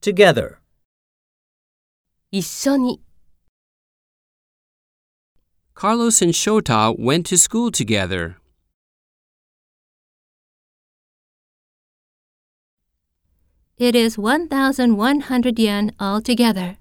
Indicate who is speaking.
Speaker 1: together,
Speaker 2: 一緒に、
Speaker 3: Carlos and Shota went to school together.
Speaker 2: It is 1,100 yen altogether.